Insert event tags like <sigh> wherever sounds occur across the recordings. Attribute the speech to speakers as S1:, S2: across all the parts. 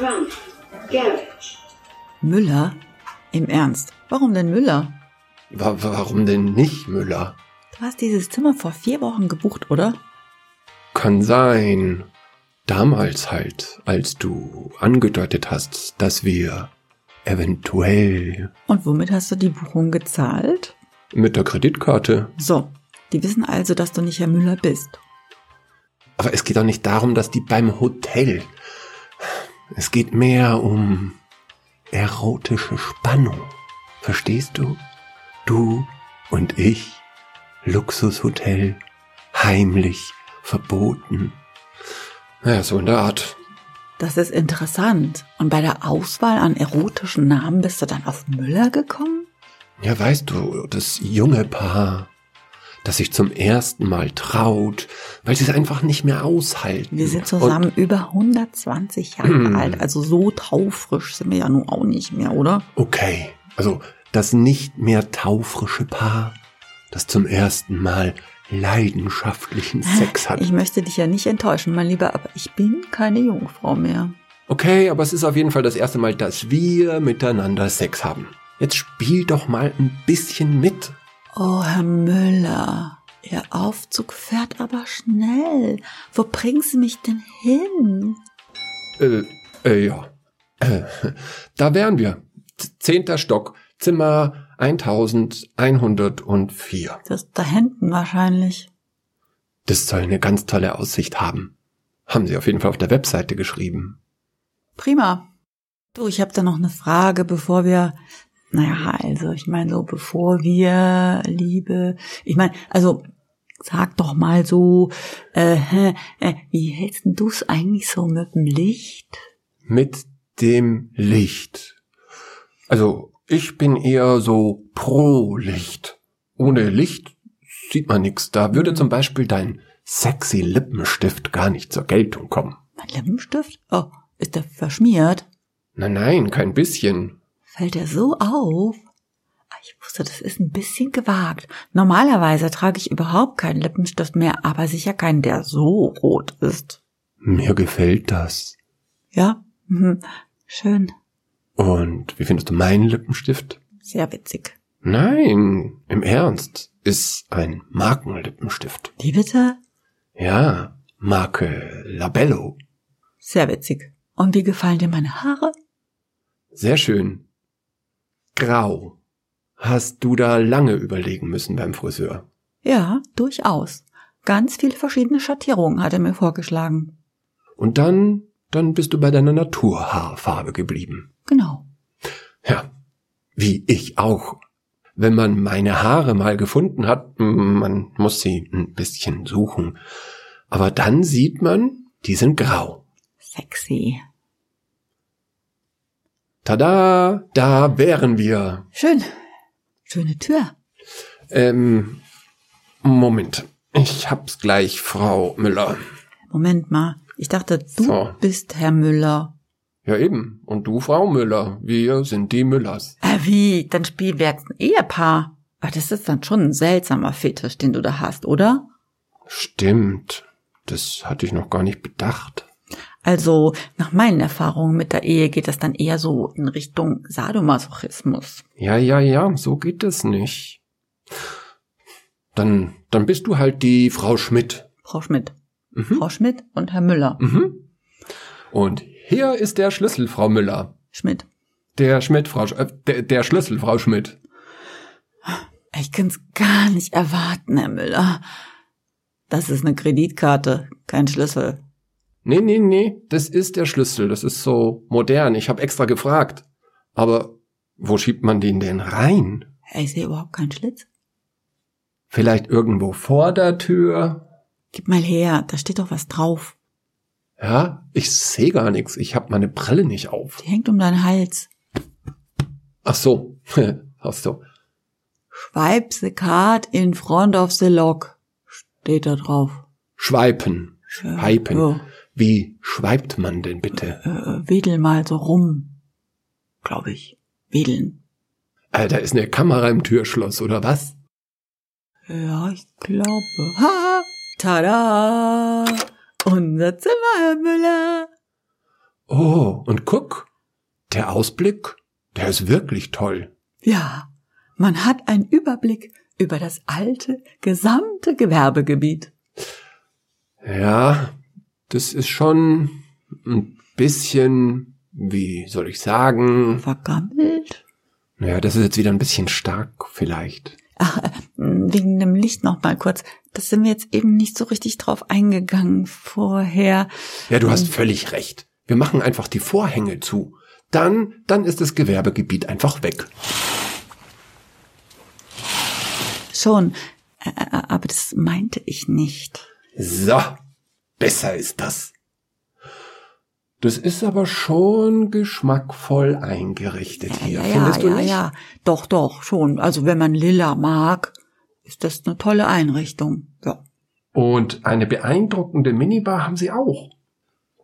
S1: Run. Garage.
S2: Müller? Im Ernst, warum denn Müller?
S3: Wa warum denn nicht, Müller?
S2: Du hast dieses Zimmer vor vier Wochen gebucht, oder?
S3: Kann sein. Damals halt, als du angedeutet hast, dass wir eventuell
S2: Und womit hast du die Buchung gezahlt?
S3: mit der Kreditkarte.
S2: So, die wissen also, dass du nicht Herr Müller bist.
S3: Aber es geht doch nicht darum, dass die beim Hotel. Es geht mehr um erotische Spannung. Verstehst du? Du und ich, Luxushotel, heimlich, verboten. Naja, so in der Art.
S2: Das ist interessant. Und bei der Auswahl an erotischen Namen bist du dann auf Müller gekommen?
S3: Ja, weißt du, das junge Paar, das sich zum ersten Mal traut, weil sie es einfach nicht mehr aushalten.
S2: Wir sind
S3: Und-
S2: zusammen über 120
S3: <clears throat>
S2: Jahre alt, also so taufrisch sind wir ja nun auch nicht mehr, oder?
S3: Okay, also das nicht mehr taufrische Paar, das zum ersten Mal leidenschaftlichen Sex hat.
S2: Äh, Ich möchte dich ja nicht enttäuschen, mein Lieber, aber ich bin keine Jungfrau mehr.
S3: Okay, aber es ist auf jeden Fall das erste Mal, dass wir miteinander Sex haben. Jetzt spiel doch mal ein bisschen mit.
S2: Oh, Herr Müller, Ihr Aufzug fährt aber schnell. Wo bringen Sie mich denn hin?
S3: Äh, äh ja. Äh, <laughs> da wären wir. Z- Zehnter Stock, Zimmer 1104.
S2: Das da hinten wahrscheinlich.
S3: Das soll eine ganz tolle Aussicht haben. Haben sie auf jeden Fall auf der Webseite geschrieben.
S2: Prima. Du, ich habe da noch eine Frage, bevor wir, naja, also ich meine so, bevor wir, liebe, ich meine, also sag doch mal so, äh, hä, äh, wie hältst denn du es eigentlich so mit dem Licht?
S3: mit dem Licht. Also ich bin eher so pro Licht. Ohne Licht sieht man nichts. Da würde zum Beispiel dein sexy Lippenstift gar nicht zur Geltung kommen.
S2: Mein Lippenstift? Oh, ist der verschmiert?
S3: Nein, nein, kein bisschen.
S2: Fällt er so auf? Ah, Ich wusste, das ist ein bisschen gewagt. Normalerweise trage ich überhaupt keinen Lippenstift mehr, aber sicher keinen, der so rot ist.
S3: Mir gefällt das.
S2: Ja? Mhm. Schön.
S3: Und wie findest du meinen Lippenstift?
S2: Sehr witzig.
S3: Nein, im Ernst, ist ein Markenlippenstift.
S2: Wie bitte?
S3: Ja, Marke Labello.
S2: Sehr witzig. Und wie gefallen dir meine Haare?
S3: Sehr schön. Grau. Hast du da lange überlegen müssen beim Friseur?
S2: Ja, durchaus. Ganz viele verschiedene Schattierungen hat er mir vorgeschlagen.
S3: Und dann, dann bist du bei deiner Naturhaarfarbe geblieben.
S2: Genau.
S3: Ja, wie ich auch. Wenn man meine Haare mal gefunden hat, m, man muss sie ein bisschen suchen. Aber dann sieht man, die sind grau.
S2: Sexy.
S3: Tada, da wären wir.
S2: Schön. Schöne Tür.
S3: Ähm, Moment. Ich hab's gleich, Frau Müller.
S2: Moment mal. Ich dachte, du
S3: So.
S2: bist Herr Müller.
S3: Ja eben. Und du, Frau Müller. Wir sind die Müllers.
S2: Ah, wie? Dann spielen wir jetzt ein Ehepaar. Aber das ist dann schon ein seltsamer Fetisch, den du da hast, oder?
S3: Stimmt. Das hatte ich noch gar nicht bedacht.
S2: Also, nach meinen Erfahrungen mit der Ehe geht das dann eher so in Richtung Sadomasochismus.
S3: Ja, ja, ja, so geht es nicht. Dann, dann bist du halt die Frau Schmidt.
S2: Frau Schmidt.
S3: Mhm.
S2: Frau Schmidt und Herr Müller.
S3: Mhm. Und hier ist der Schlüssel, Frau Müller.
S2: Schmidt.
S3: Der Schmidt, Frau, Sch- äh, der, der Schlüssel, Frau Schmidt.
S2: Ich kann's gar nicht erwarten, Herr Müller. Das ist eine Kreditkarte, kein Schlüssel.
S3: Nee, nee, nee, das ist der Schlüssel. Das ist so modern. Ich habe extra gefragt. Aber wo schiebt man den denn rein?
S2: Ich sehe überhaupt keinen Schlitz.
S3: Vielleicht irgendwo vor der Tür?
S2: Gib mal her, da steht doch was drauf.
S3: Ja, ich sehe gar nichts. Ich habe meine Brille nicht auf.
S2: Die hängt um deinen Hals.
S3: Ach so. <laughs> Ach so.
S2: Schweibsekat in front of the log. Steht da drauf.
S3: Schweipen.
S2: Schön.
S3: Schweipen.
S2: Äh, Ja.
S3: Wie schweibt man denn bitte?
S2: Äh, wedel mal so rum. Glaube ich. Wedeln.
S3: Äh, da ist eine Kamera im Türschloss, oder was?
S2: Ja, ich glaube. <laughs> Ha! Tada! Unser Zimmer, Herr Müller.
S3: Oh, und guck, der Ausblick, der ist wirklich toll.
S2: Ja, man hat einen Überblick über das alte, gesamte Gewerbegebiet.
S3: Ja, das ist schon ein bisschen, wie soll ich sagen,
S2: Vergammelt?
S3: naja, das ist jetzt wieder ein bisschen stark vielleicht.
S2: Ach, äh, wegen dem Licht noch mal kurz. Das sind wir jetzt eben nicht so richtig drauf eingegangen vorher.
S3: Ja, du
S2: Mhm.
S3: hast völlig recht. Wir machen einfach die Vorhänge zu. Dann, dann ist das Gewerbegebiet einfach weg.
S2: Schon. Äh, äh, Aber das meinte ich nicht.
S3: So, besser ist das. Das ist aber schon geschmackvoll eingerichtet hier,
S2: ja,
S3: findest
S2: ja,
S3: du nicht?
S2: ja. Doch, doch, schon. Also wenn man lila mag, ist das eine tolle Einrichtung. Ja.
S3: Und eine beeindruckende Minibar haben sie auch.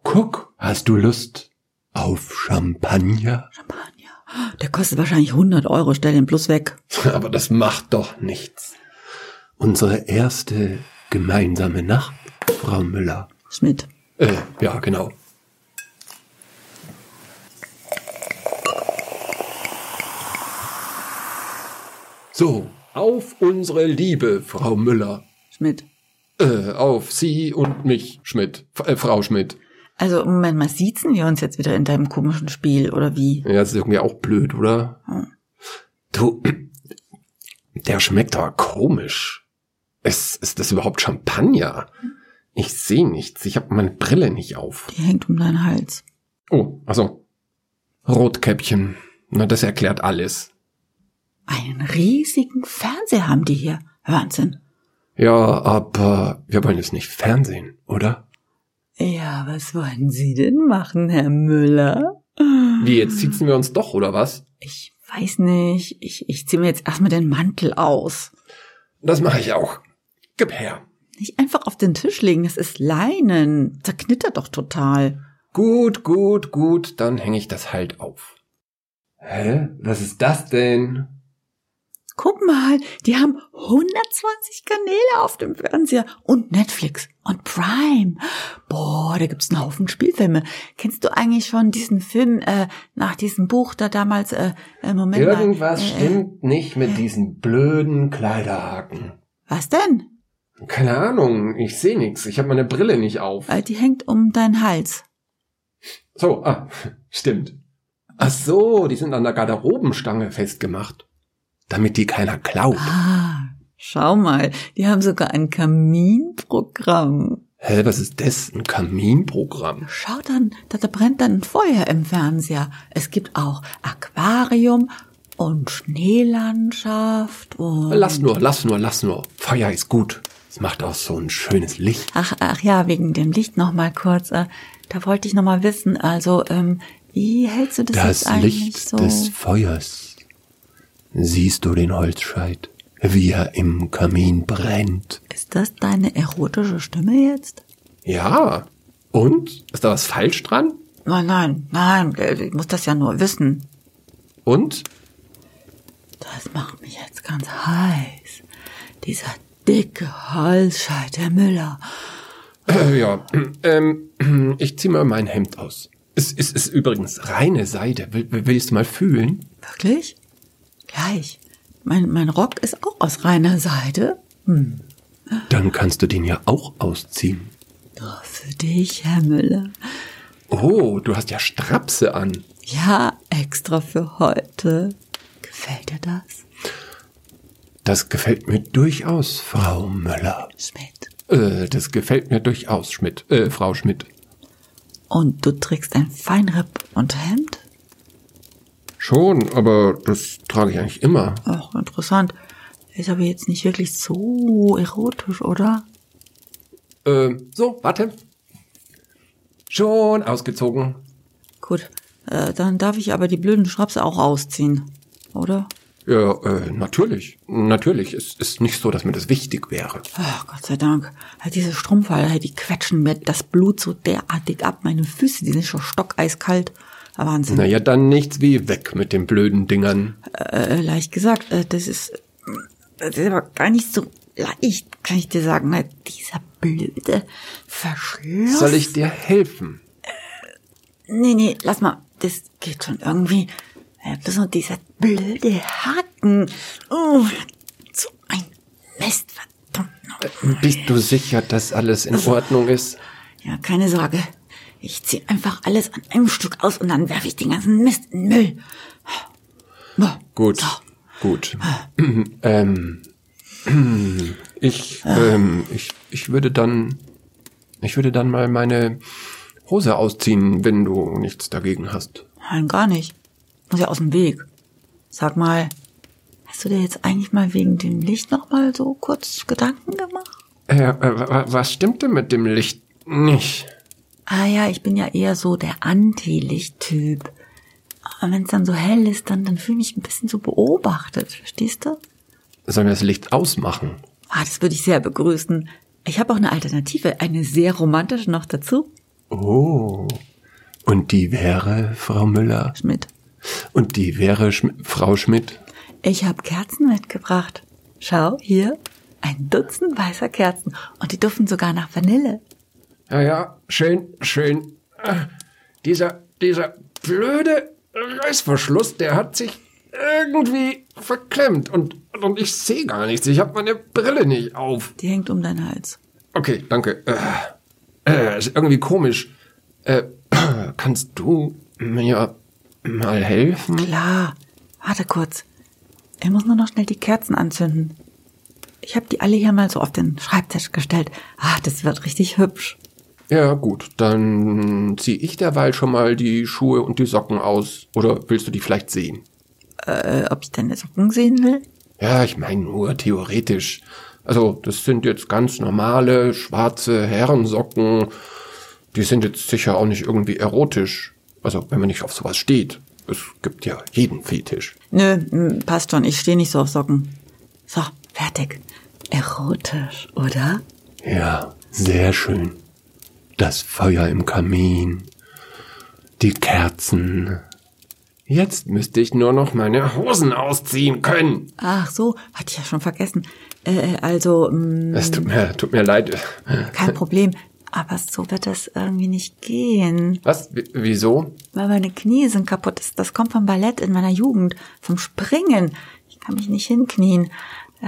S3: Guck, hast du Lust auf Champagner?
S2: Champagner. Der kostet wahrscheinlich 100 Euro, stell den bloß weg.
S3: <laughs> Aber das macht doch nichts. Unsere erste gemeinsame Nacht, Frau Müller.
S2: Schmidt.
S3: Äh, ja, genau. So, auf unsere Liebe, Frau Müller.
S2: Schmidt.
S3: Äh, auf Sie und mich, Schmidt. F äh, Frau Schmidt.
S2: Also, Moment mal, siezen wir uns jetzt wieder in deinem komischen Spiel, oder wie?
S3: Ja, das ist irgendwie auch blöd, oder? Du, <clears throat> der schmeckt aber komisch. Ist, ist das überhaupt Champagner? Ich sehe nichts. Ich habe meine Brille nicht auf.
S2: Die hängt um deinen Hals.
S3: Oh, also Rotkäppchen. Na, das erklärt alles.
S2: Einen riesigen Fernseher haben die hier. Wahnsinn.
S3: Ja, aber wir wollen jetzt nicht Fernsehen, oder?
S2: Ja, was wollen Sie denn machen, Herr Müller?
S3: Wie, jetzt sitzen wir uns doch, oder was?
S2: Ich weiß nicht. Ich, ich ziehe mir jetzt erstmal den Mantel aus.
S3: Das mache ich auch. Gib her.
S2: Nicht einfach auf den Tisch legen, das ist Leinen. Zerknittert doch total.
S3: Gut, gut, gut, dann hänge ich das halt auf. Hä? Was ist das denn?
S2: Guck mal, die haben 120 Kanäle auf dem Fernseher und Netflix und Prime. Boah, da gibt's einen Haufen Spielfilme. Kennst du eigentlich schon diesen Film äh, nach diesem Buch da damals? Äh, äh, Moment mal.
S3: Irgendwas
S2: Äh,
S3: stimmt nicht mit diesen blöden Kleiderhaken.
S2: Was denn?
S3: Keine Ahnung, ich sehe nichts. Ich habe meine Brille nicht auf.
S2: Weil die hängt um deinen Hals.
S3: So, ah, <laughs> stimmt. Ach so, die sind an der Garderobenstange festgemacht, damit die keiner klaut.
S2: Ah, schau mal, die haben sogar ein Kaminprogramm.
S3: Hä, was ist das? Ein Kaminprogramm?
S2: Schau dann, da, da brennt dann ein Feuer im Fernseher. Es gibt auch Aquarium und Schneelandschaft und...
S3: Lass nur, lass nur, lass nur. Feuer ist gut. Es macht auch so ein schönes Licht.
S2: Ach, ach ja, wegen dem Licht noch mal kurz. Äh, da wollte ich noch mal wissen, also ähm, wie hältst du das, jetzt eigentlich so?
S3: Feuers. Siehst du den Holzscheit, wie er im Kamin brennt?
S2: Ist das deine erotische Stimme jetzt?
S3: Ja. Und? Ist da was falsch dran?
S2: Nein, nein, nein, äh, ich muss das ja nur wissen.
S3: Und?
S2: Das macht mich jetzt ganz heiß. Dieser dicke Halsscheit, der Müller.
S3: Äh, ja, <clears throat> ähm, ich zieh mal mein Hemd aus. Es ist, ist übrigens reine Seide. Will, willst du mal fühlen?
S2: Wirklich? Gleich. Mein, mein Rock ist auch aus reiner Seide.
S3: Dann kannst du den ja auch ausziehen.
S2: Nur Oh, für dich, Herr Müller.
S3: Oh, du hast ja Strapse an.
S2: Ja, extra für heute. Gefällt dir das?
S3: Das gefällt mir durchaus, Frau Möller.
S2: Schmidt.
S3: Äh, das gefällt mir durchaus, Schmidt. Äh, Frau Schmidt.
S2: Und du trägst ein Feinripp und Hemd?
S3: Schon, aber das trage ich eigentlich immer.
S2: Ach, interessant. Ist aber jetzt nicht wirklich so erotisch, oder?
S3: Ähm, so, warte. Schon ausgezogen.
S2: Gut, äh, dann darf ich aber die blöden Schrapse auch ausziehen, oder?
S3: Ja, äh, natürlich. Natürlich. Es ist nicht so, dass mir das wichtig wäre.
S2: Ach, Gott sei Dank. Halt diese Strumpfhalle, die quetschen mir das Blut so derartig ab. Meine Füße, die sind schon stockeiskalt. Ah, Wahnsinn.
S3: Naja, dann nichts wie weg mit den blöden Dingern.
S2: Äh, leicht gesagt, äh, das ist, das ist aber gar nicht so leicht, kann ich dir sagen. Äh, Dieser blöde Verschluss.
S3: Soll ich dir helfen?
S2: Nee, nee, lass mal. Das geht schon irgendwie. Äh, Bloß noch dieser blöde Haken. Uh, so ein Mist, verdammt nochmal.
S3: Bist du sicher, dass alles in Ordnung ist?
S2: Ja, keine Sorge. Ich zieh einfach alles an einem Stück aus und dann werfe ich den ganzen Mist in den Müll. Boah,
S3: Gut,
S2: So.
S3: gut. <clears throat> ähm, <clears throat> ich, ähm, ich, ich würde dann, ich würde dann mal meine Hose ausziehen, wenn du nichts dagegen hast.
S2: Nein, gar nicht. Muss ja aus dem Weg. Sag mal, hast du dir jetzt eigentlich mal wegen dem Licht nochmal so kurz Gedanken gemacht?
S3: Äh, äh, wa- was stimmt denn mit dem Licht nicht?
S2: Ah ja, ich bin ja eher so der Anti-Licht-Typ. Aber wenn es dann so hell ist, dann, dann fühle ich mich ein bisschen so beobachtet, verstehst du?
S3: Sollen wir das Licht ausmachen?
S2: Ah, das würde ich sehr begrüßen. Ich habe auch eine Alternative, eine sehr romantische noch dazu.
S3: Oh. Und die wäre, Frau Müller.
S2: Schmidt,
S3: Und die wäre Schm Frau Schmidt.
S2: ich habe Kerzen mitgebracht. Schau, hier, ein Dutzend weißer Kerzen. Und die duften sogar nach Vanille.
S3: Ja, ja, schön, schön. Ah, Dieser, dieser blöde Reißverschluss, der hat sich irgendwie verklemmt und, und ich sehe gar nichts. Ich habe meine Brille nicht auf.
S2: Die hängt um deinen Hals.
S3: Okay, danke. Äh, äh, ist irgendwie komisch. Äh, kannst du mir mal helfen?
S2: Klar. Warte kurz. Ich muss nur noch schnell die Kerzen anzünden. Ich habe die alle hier mal so auf den Schreibtisch gestellt. Ah, das wird richtig hübsch.
S3: Ja, gut, dann ziehe ich derweil schon mal die Schuhe und die Socken aus. Oder willst du die vielleicht sehen?
S2: Äh, ob ich deine Socken sehen will?
S3: Ja, ich meine nur theoretisch. Also, das sind jetzt ganz normale schwarze Herrensocken. Die sind jetzt sicher auch nicht irgendwie erotisch. Also, wenn man nicht auf sowas steht. Es gibt ja jeden Fetisch.
S2: Nö, m, passt schon. Ich stehe nicht so auf Socken. So, fertig. Erotisch, oder?
S3: Ja, sehr schön. Das Feuer im Kamin. Die Kerzen. Jetzt müsste ich nur noch meine Hosen ausziehen können.
S2: Ach so, hatte ich ja schon vergessen. Äh, also, mh,
S3: Es tut mir, tut mir leid.
S2: kein Problem. Aber so wird das irgendwie nicht gehen.
S3: Was? W- Wieso?
S2: Weil meine Knie sind kaputt. Das, das kommt vom Ballett in meiner Jugend, vom Springen. Ich kann mich nicht hinknien. Äh,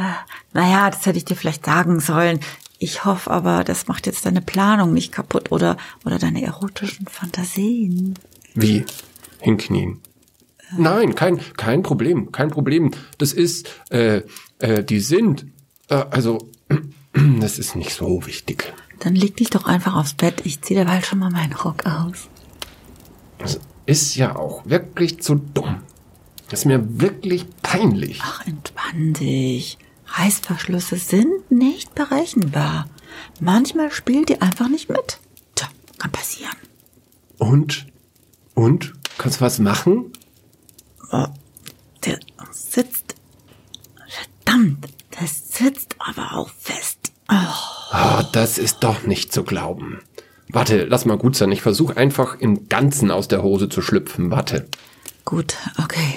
S2: naja, das hätte ich dir vielleicht sagen sollen. Ich hoffe aber, das macht jetzt deine Planung nicht kaputt oder, oder deine erotischen Fantasien.
S3: Wie? Hinknien. Nein, kein, kein Problem, kein Problem. Das ist, äh, äh, die sind, äh, also, <clears throat> das ist nicht so wichtig.
S2: Dann leg dich doch einfach aufs Bett. Ich ziehe derweil schon mal meinen Rock aus.
S3: Das ist ja auch wirklich zu dumm. Das ist mir wirklich peinlich.
S2: Ach, entspann dich. Reißverschlüsse sind nicht berechenbar. Manchmal spielen die einfach nicht mit. Tja, kann passieren.
S3: Und? Und? Kannst du was machen?
S2: Der sitzt. Verdammt, das sitzt aber auch fest. Oh,
S3: Ah, das ist doch nicht zu glauben. Warte, lass mal gut sein. Ich versuche einfach im Ganzen aus der Hose zu schlüpfen. Warte.
S2: gut, okay.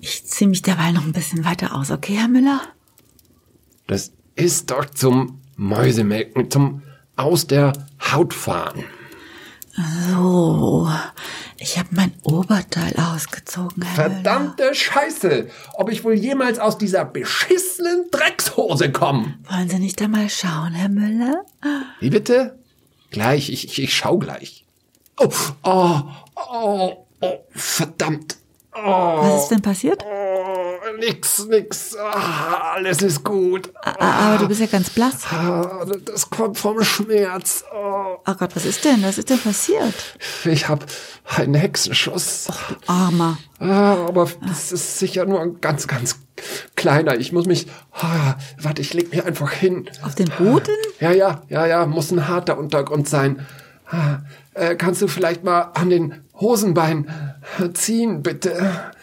S2: Ich ziehe mich derweil noch ein bisschen weiter aus, okay, Herr Müller?
S3: Das ist doch zum Mäusemelken, zum aus der Haut fahren.
S2: So, ich habe mein Oberteil ausgezogen, Herr Müller.
S3: Verdammte Scheiße, ob ich wohl jemals aus dieser beschissenen Dreckshose komme.
S2: Wollen Sie nicht einmal schauen, Herr Müller?
S3: Wie bitte? Gleich, ich, ich, ich schau gleich. Oh, oh, oh, oh verdammt.
S2: Was ist denn passiert?
S3: Oh, nix, nix. Ah, alles ist gut.
S2: A- a- Ah, Aber du bist ja ganz blass.
S3: Ah, das kommt vom Schmerz. Oh,
S2: Oh Gott, was ist denn? Was ist denn passiert?
S3: ich hab einen Hexenschuss.
S2: Armer.
S3: Ah, aber das ist sicher nur ein ganz, ganz kleiner. Ich muss mich. Ah, warte, ich leg mich einfach hin. Ah,
S2: Auf den Boden?
S3: Ja, ja, ja, ja. Muss ein harter Untergrund sein. Ah, äh, kannst du vielleicht mal an den Hosenbein ziehen, bitte?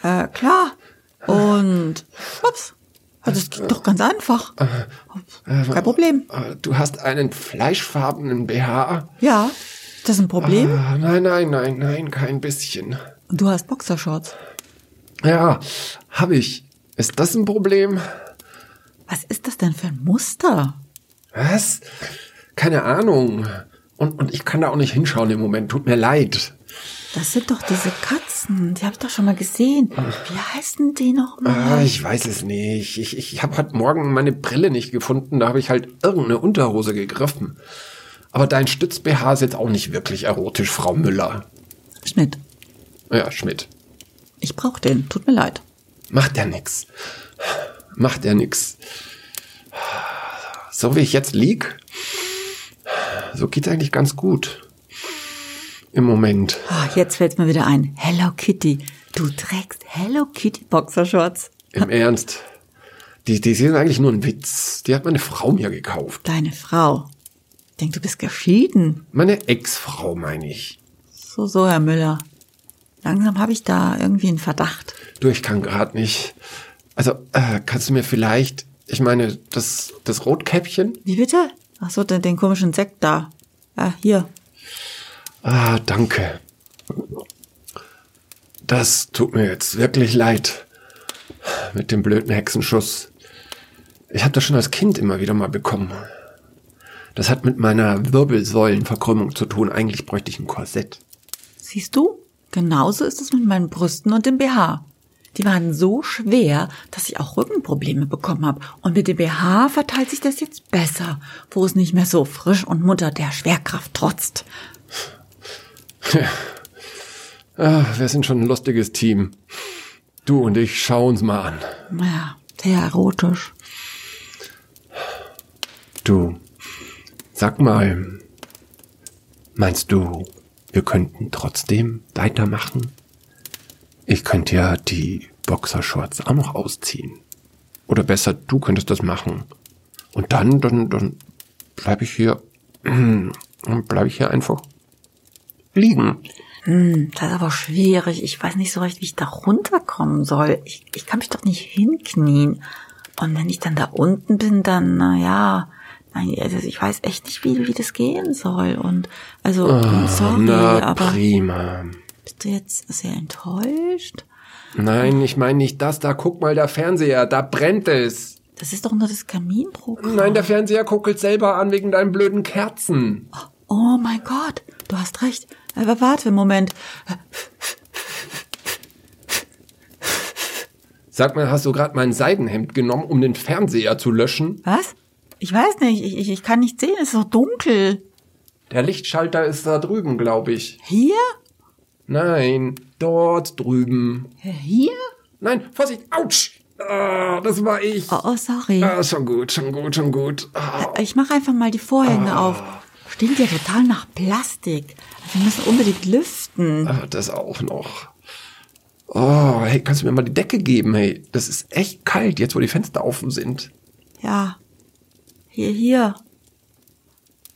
S2: Äh, klar. Und ups. Also das ging doch ganz einfach. Kein Problem.
S3: Äh, Du hast einen fleischfarbenen BH.
S2: Ja, ist das ein Problem?
S3: Ah, nein, nein, nein, nein, kein bisschen.
S2: Und du hast Boxershorts.
S3: Ja, hab ich. Ist das ein Problem?
S2: Was ist das denn für ein Muster?
S3: Was? Keine Ahnung. Und, und ich kann da auch nicht hinschauen im Moment. Tut mir leid.
S2: Das sind doch diese Katzen. Die habe ich doch schon mal gesehen. Wie heißen die
S3: Ah,
S2: nochmal?
S3: ich weiß es nicht. Ich, ich habe heute Morgen meine Brille nicht gefunden. Da habe ich halt irgendeine Unterhose gegriffen. Aber dein Stütz-BH ist jetzt auch nicht wirklich erotisch, Frau Müller.
S2: Schnitt.
S3: Ja, Schmidt.
S2: Ich brauche den. Tut mir leid.
S3: Macht ja nix. Macht ja nix. So wie ich jetzt lieg, so geht's eigentlich ganz gut. Im Moment.
S2: Ah, jetzt fällt mir wieder ein. Hello Kitty. Du trägst Hello Kitty Boxershorts.
S3: Im Ernst. Die, die sind eigentlich nur ein Witz. Die hat meine Frau mir gekauft.
S2: Deine Frau. Ich denk, du bist geschieden.
S3: Meine Ex-Frau, meine ich.
S2: So, so, Herr Müller. Langsam habe ich da irgendwie einen Verdacht.
S3: Du, ich kann gerade nicht. Also, äh, kannst du mir vielleicht, ich meine, das, das Rotkäppchen?
S2: Wie bitte? Ach so, den, den komischen Sekt da. Ah, hier.
S3: Ah, danke. Das tut mir jetzt wirklich leid. Mit dem blöden Hexenschuss. Ich habe das schon als Kind immer wieder mal bekommen. Das hat mit meiner Wirbelsäulenverkrümmung zu tun. Eigentlich bräuchte ich ein Korsett.
S2: Siehst du? Genauso ist es mit meinen Brüsten und dem BH. Die waren so schwer, dass ich auch Rückenprobleme bekommen habe. Und mit dem BH verteilt sich das jetzt besser, wo es nicht mehr so frisch und munter der Schwerkraft trotzt.
S3: Ah, wir sind schon ein lustiges Team. Du und ich schauen uns mal an.
S2: Ja, sehr erotisch.
S3: Du, sag mal, meinst du, wir könnten trotzdem weitermachen? Ich könnte ja die Boxershorts auch noch ausziehen. Oder besser, du könntest das machen. Und dann, dann, dann bleibe ich hier, <clears throat> dann bleibe ich hier einfach liegen.
S2: Hm, das ist aber schwierig. Ich weiß nicht so recht, wie ich da runterkommen soll. Ich, ich kann mich doch nicht hinknien. Und wenn ich dann da unten bin, dann, naja, nein, also ich weiß echt nicht, wie, wie das gehen soll. Und also, sorry,
S3: Ah, Na,
S2: aber
S3: prima.
S2: bist du jetzt sehr enttäuscht?
S3: Nein, ich meine nicht das, da guck mal der Fernseher, da brennt es.
S2: Das ist doch nur das Kaminprogramm.
S3: Nein, der Fernseher guckelt selber an wegen deinen blöden Kerzen.
S2: Oh mein Gott, du hast recht. Aber warte einen Moment.
S3: Sag mal, hast du gerade mein Seidenhemd genommen, um den Fernseher zu löschen?
S2: Was? Ich weiß nicht, ich, ich, ich kann nicht sehen, es ist so dunkel.
S3: Der Lichtschalter ist da drüben, glaube ich.
S2: Hier?
S3: Nein, dort drüben.
S2: Hier?
S3: Nein, Vorsicht, ouch! Ah, das war ich.
S2: Oh, oh sorry.
S3: Ah, schon gut, schon gut, schon gut. Ah,
S2: Äh, Ich mache einfach mal die Vorhänge auf. Stinkt ja total nach Plastik. Wir müssen unbedingt lüften.
S3: ah, das auch noch. Oh, hey, kannst du mir mal die Decke geben, hey? Das ist echt kalt, jetzt wo die Fenster offen sind.
S2: Ja. Hier, hier.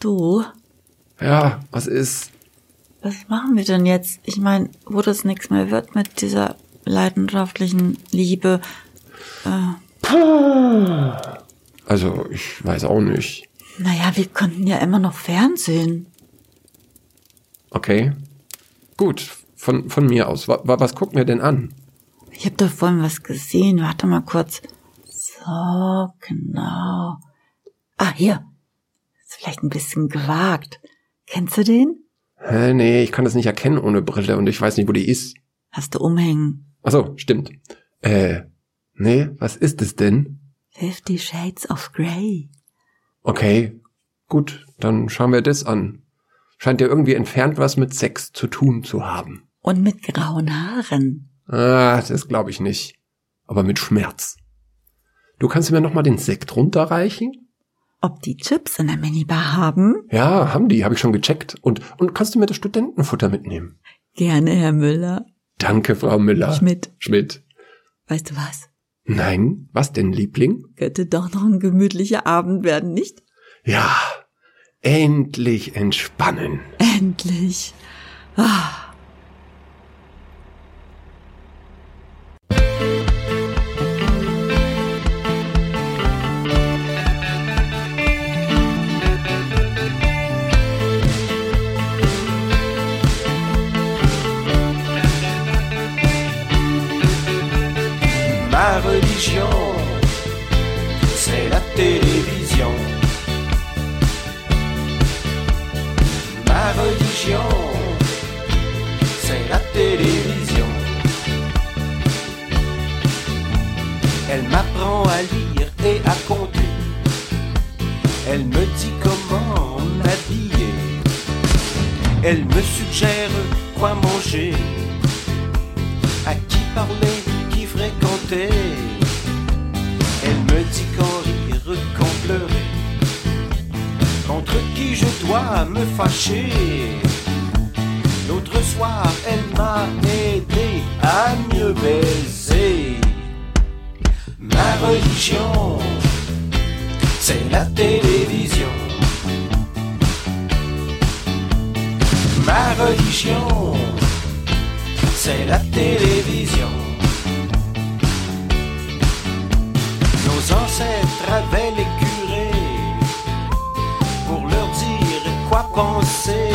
S2: Du,
S3: Ja, was ist?
S2: was machen wir denn jetzt? Ich meine, wo das nichts mehr wird mit dieser leidenschaftlichen Liebe.
S3: Also, ich weiß auch nicht.
S2: Naja, wir könnten ja immer noch Fernsehen.
S3: Okay. Gut, von, von mir aus. Wa- wa- was gucken wir denn an?
S2: Ich habe da vorhin was gesehen. Warte mal kurz. So, genau. Ah, hier. Ist vielleicht ein bisschen gewagt. Kennst du den?
S3: Hä, nee, ich kann das nicht erkennen ohne Brille und ich weiß nicht, wo die ist.
S2: Hast du umhängen.
S3: Ach so, stimmt. Äh, nee, was ist es denn?
S2: Fifty Shades of Grey.
S3: Okay, gut, dann schauen wir das an. Scheint ja irgendwie entfernt was mit Sex zu tun zu haben.
S2: Und mit grauen Haaren.
S3: Ah, das glaube ich nicht. Aber mit Schmerz. Du kannst mir nochmal den Sekt runterreichen?
S2: Ob die Chips in der Minibar haben?
S3: Ja, haben die, habe ich schon gecheckt. Und, und kannst du mir das Studentenfutter mitnehmen?
S2: Gerne, Herr Müller.
S3: Danke, Frau Müller.
S2: Schmidt,
S3: Schmidt.
S2: weißt du was?
S3: Nein, was denn, Liebling?
S2: Könnte doch noch ein gemütlicher Abend werden, nicht?
S3: Ja, endlich entspannen.
S2: Endlich.
S4: Ma religion, c'est la télévision. Ma religion, c'est la Elle me suggère quoi manger, à qui parler, qui fréquenter. Elle me dit qu'en rire, qu'en pleurer, contre qui je dois me fâcher. L'autre soir, elle m'a aidé à mieux baiser. Ma religion, c'est la télévision. Ma religion, c'est la télévision. Nos ancêtres avaient les curés pour leur dire quoi penser.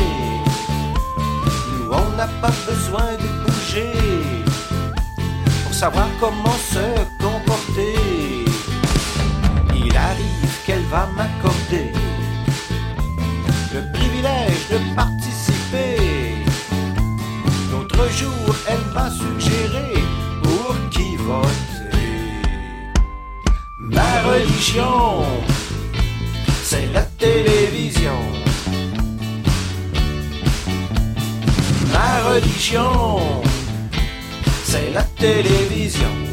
S4: Nous, on n'a pas besoin de bouger pour savoir comment se comporter. Il arrive qu'elle va m'accorder le privilège de participer. L'autre jour, elle m'a suggéré pour qui voter. Ma religion, c'est la télévision. Ma religion, c'est la télévision.